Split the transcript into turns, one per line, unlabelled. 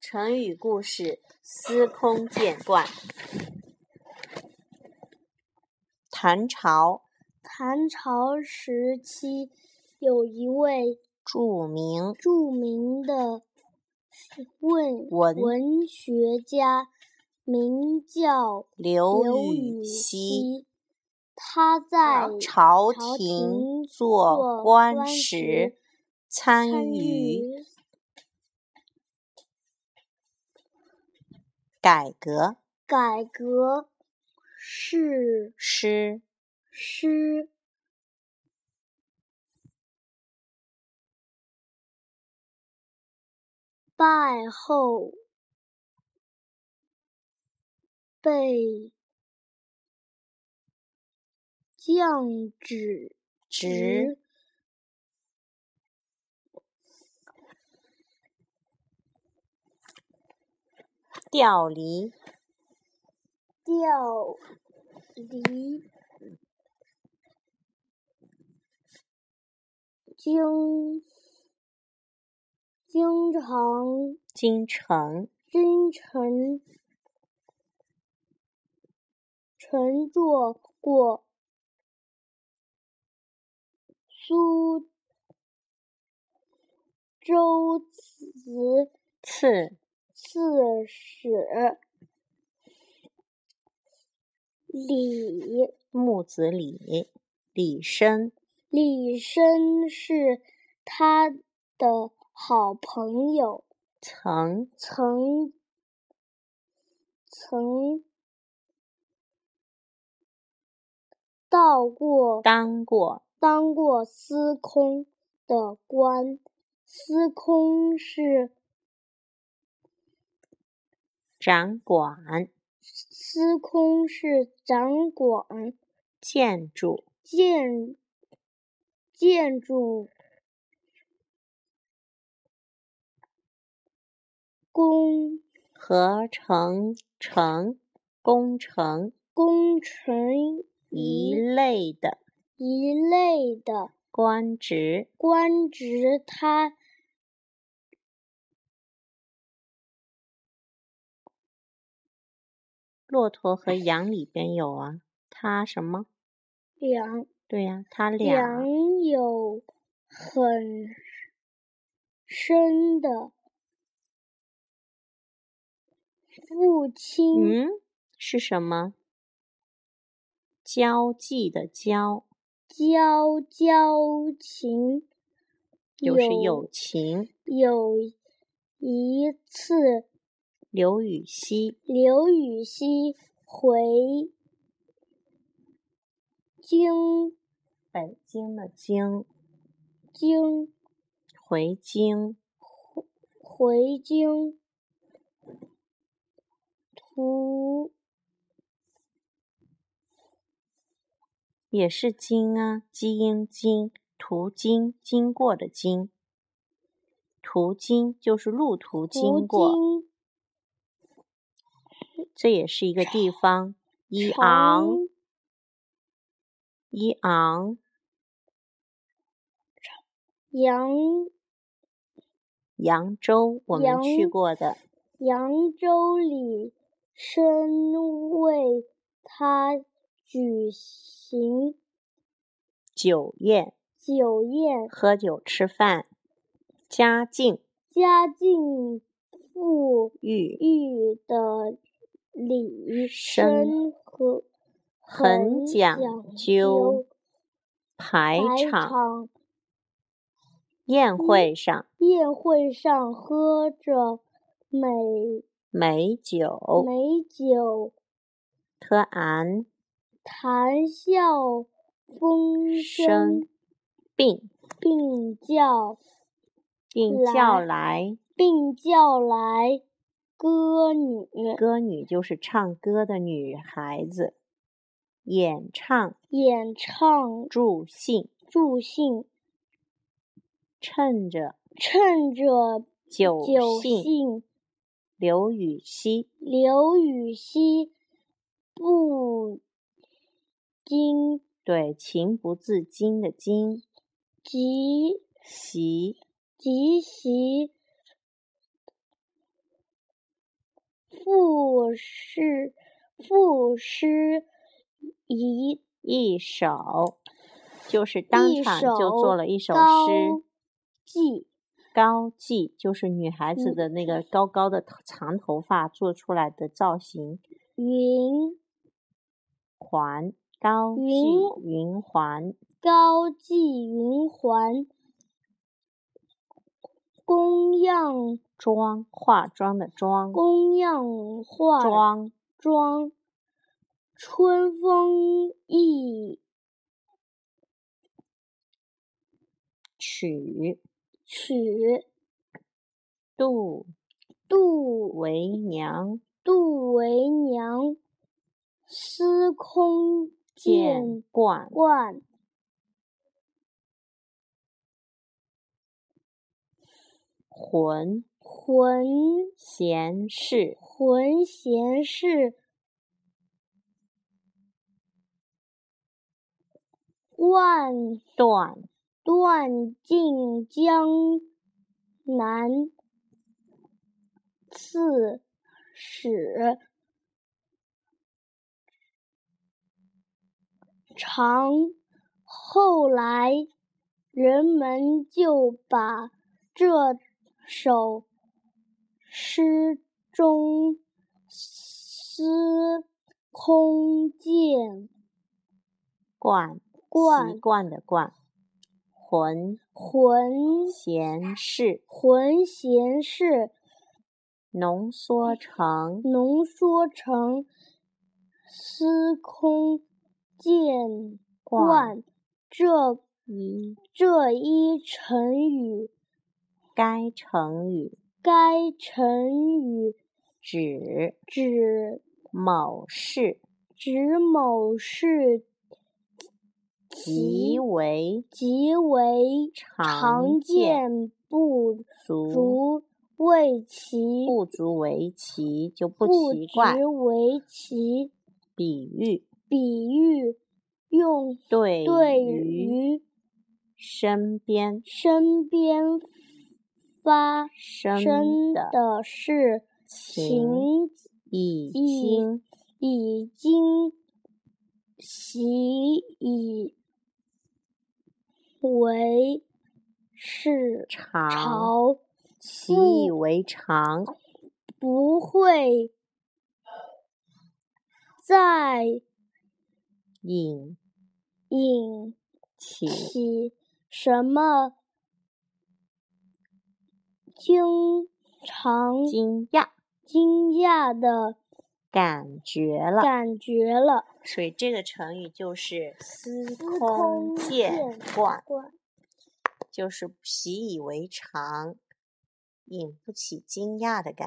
成语故事司空见惯。唐朝
唐朝时期，有一位
著名
著名的问
文
文学家，名叫
刘
刘禹
禹锡，
锡。他在
朝廷
朝廷
做
做
官
官
时
时
参
参
与
与
改革，
改革是
诗
诗败后被降职
职调离
调离京京城
京城，
君臣曾做过苏州词
次
刺史李
木子李，李绅
李绅是他的好朋友。
曾
曾曾到过
当过
当过司空的官，司空是
掌管
司空是掌管
建筑
建建筑工
合成成工程
工程
一
一
类的
一类的。
官职，
官职他
骆驼和羊里边有啊，它什么？
两
对呀、它俩
两有很深的父亲、
嗯，是什么？交际的交，
交交情，
就是
有
友情。
有一次
刘禹锡
刘禹锡回京
北京的京，
京
回京
回京途
也是经啊，基因经，途经经过的经，途经就是路途
途
经过，
经
这也是一个地方。一昂
长
一昂，
扬
扬州我们去
扬
过的，
扬州李绅为他举行
酒宴、
酒宴，
喝酒、吃饭，嘉靖、
家境富
裕、
裕的李
绅
绅和
很讲究
究
排
排
场。
场嗯
宴会上，
宴会上喝着美
美酒，
美酒，
特俺
谈笑风生
生，病，
并叫
并叫
来
来
并叫来歌女，
歌女，就是唱歌的女孩子，演唱
演唱
助兴，
助兴，
趁着
趁着
酒
酒
兴，
兴，
刘禹锡
刘禹锡不禁
对情不自禁的禁，
极
习
极其赋诗赋诗一
一首，就是当
一
场就
首
做了一首
高
诗。
髻，
高髻就是女孩子
嗯
的那个高高的头长头发做出来的造型，
云
环高髻云环，
高髻云环，公样
妆化妆的妆，
公样化
妆
妆，春风一
曲
曲，
杜
杜
为娘
杜为娘，司空见
见惯
惯，
浑
浑
闲事
浑闲事，万
断
断尽江南刺史长。后来，人们就把这首诗中司空见
惯习
惯
惯的惯，浑
浑
闲事
浑闲事
浓缩 成
浓缩成司空见
惯
惯这嗯
一
这一成语，
该成语
该成语
指
指
某事
指某事
极
极
为
极为常
常
见不
足，
足为奇，
不足为奇就不
不
奇怪。
值为奇。
比喻
比喻用
对
对
于
于
身边
身边发生
生的
的事
情
情
已
已
经
已经习以为是
常，
潮，
习以为常，
不会再
引
引
起
起什么经常
惊讶
惊讶的
感觉了。
感觉了。
所以这个成语就是司
司
空见惯。
惯，
就是习以为常，引不起惊讶的感觉。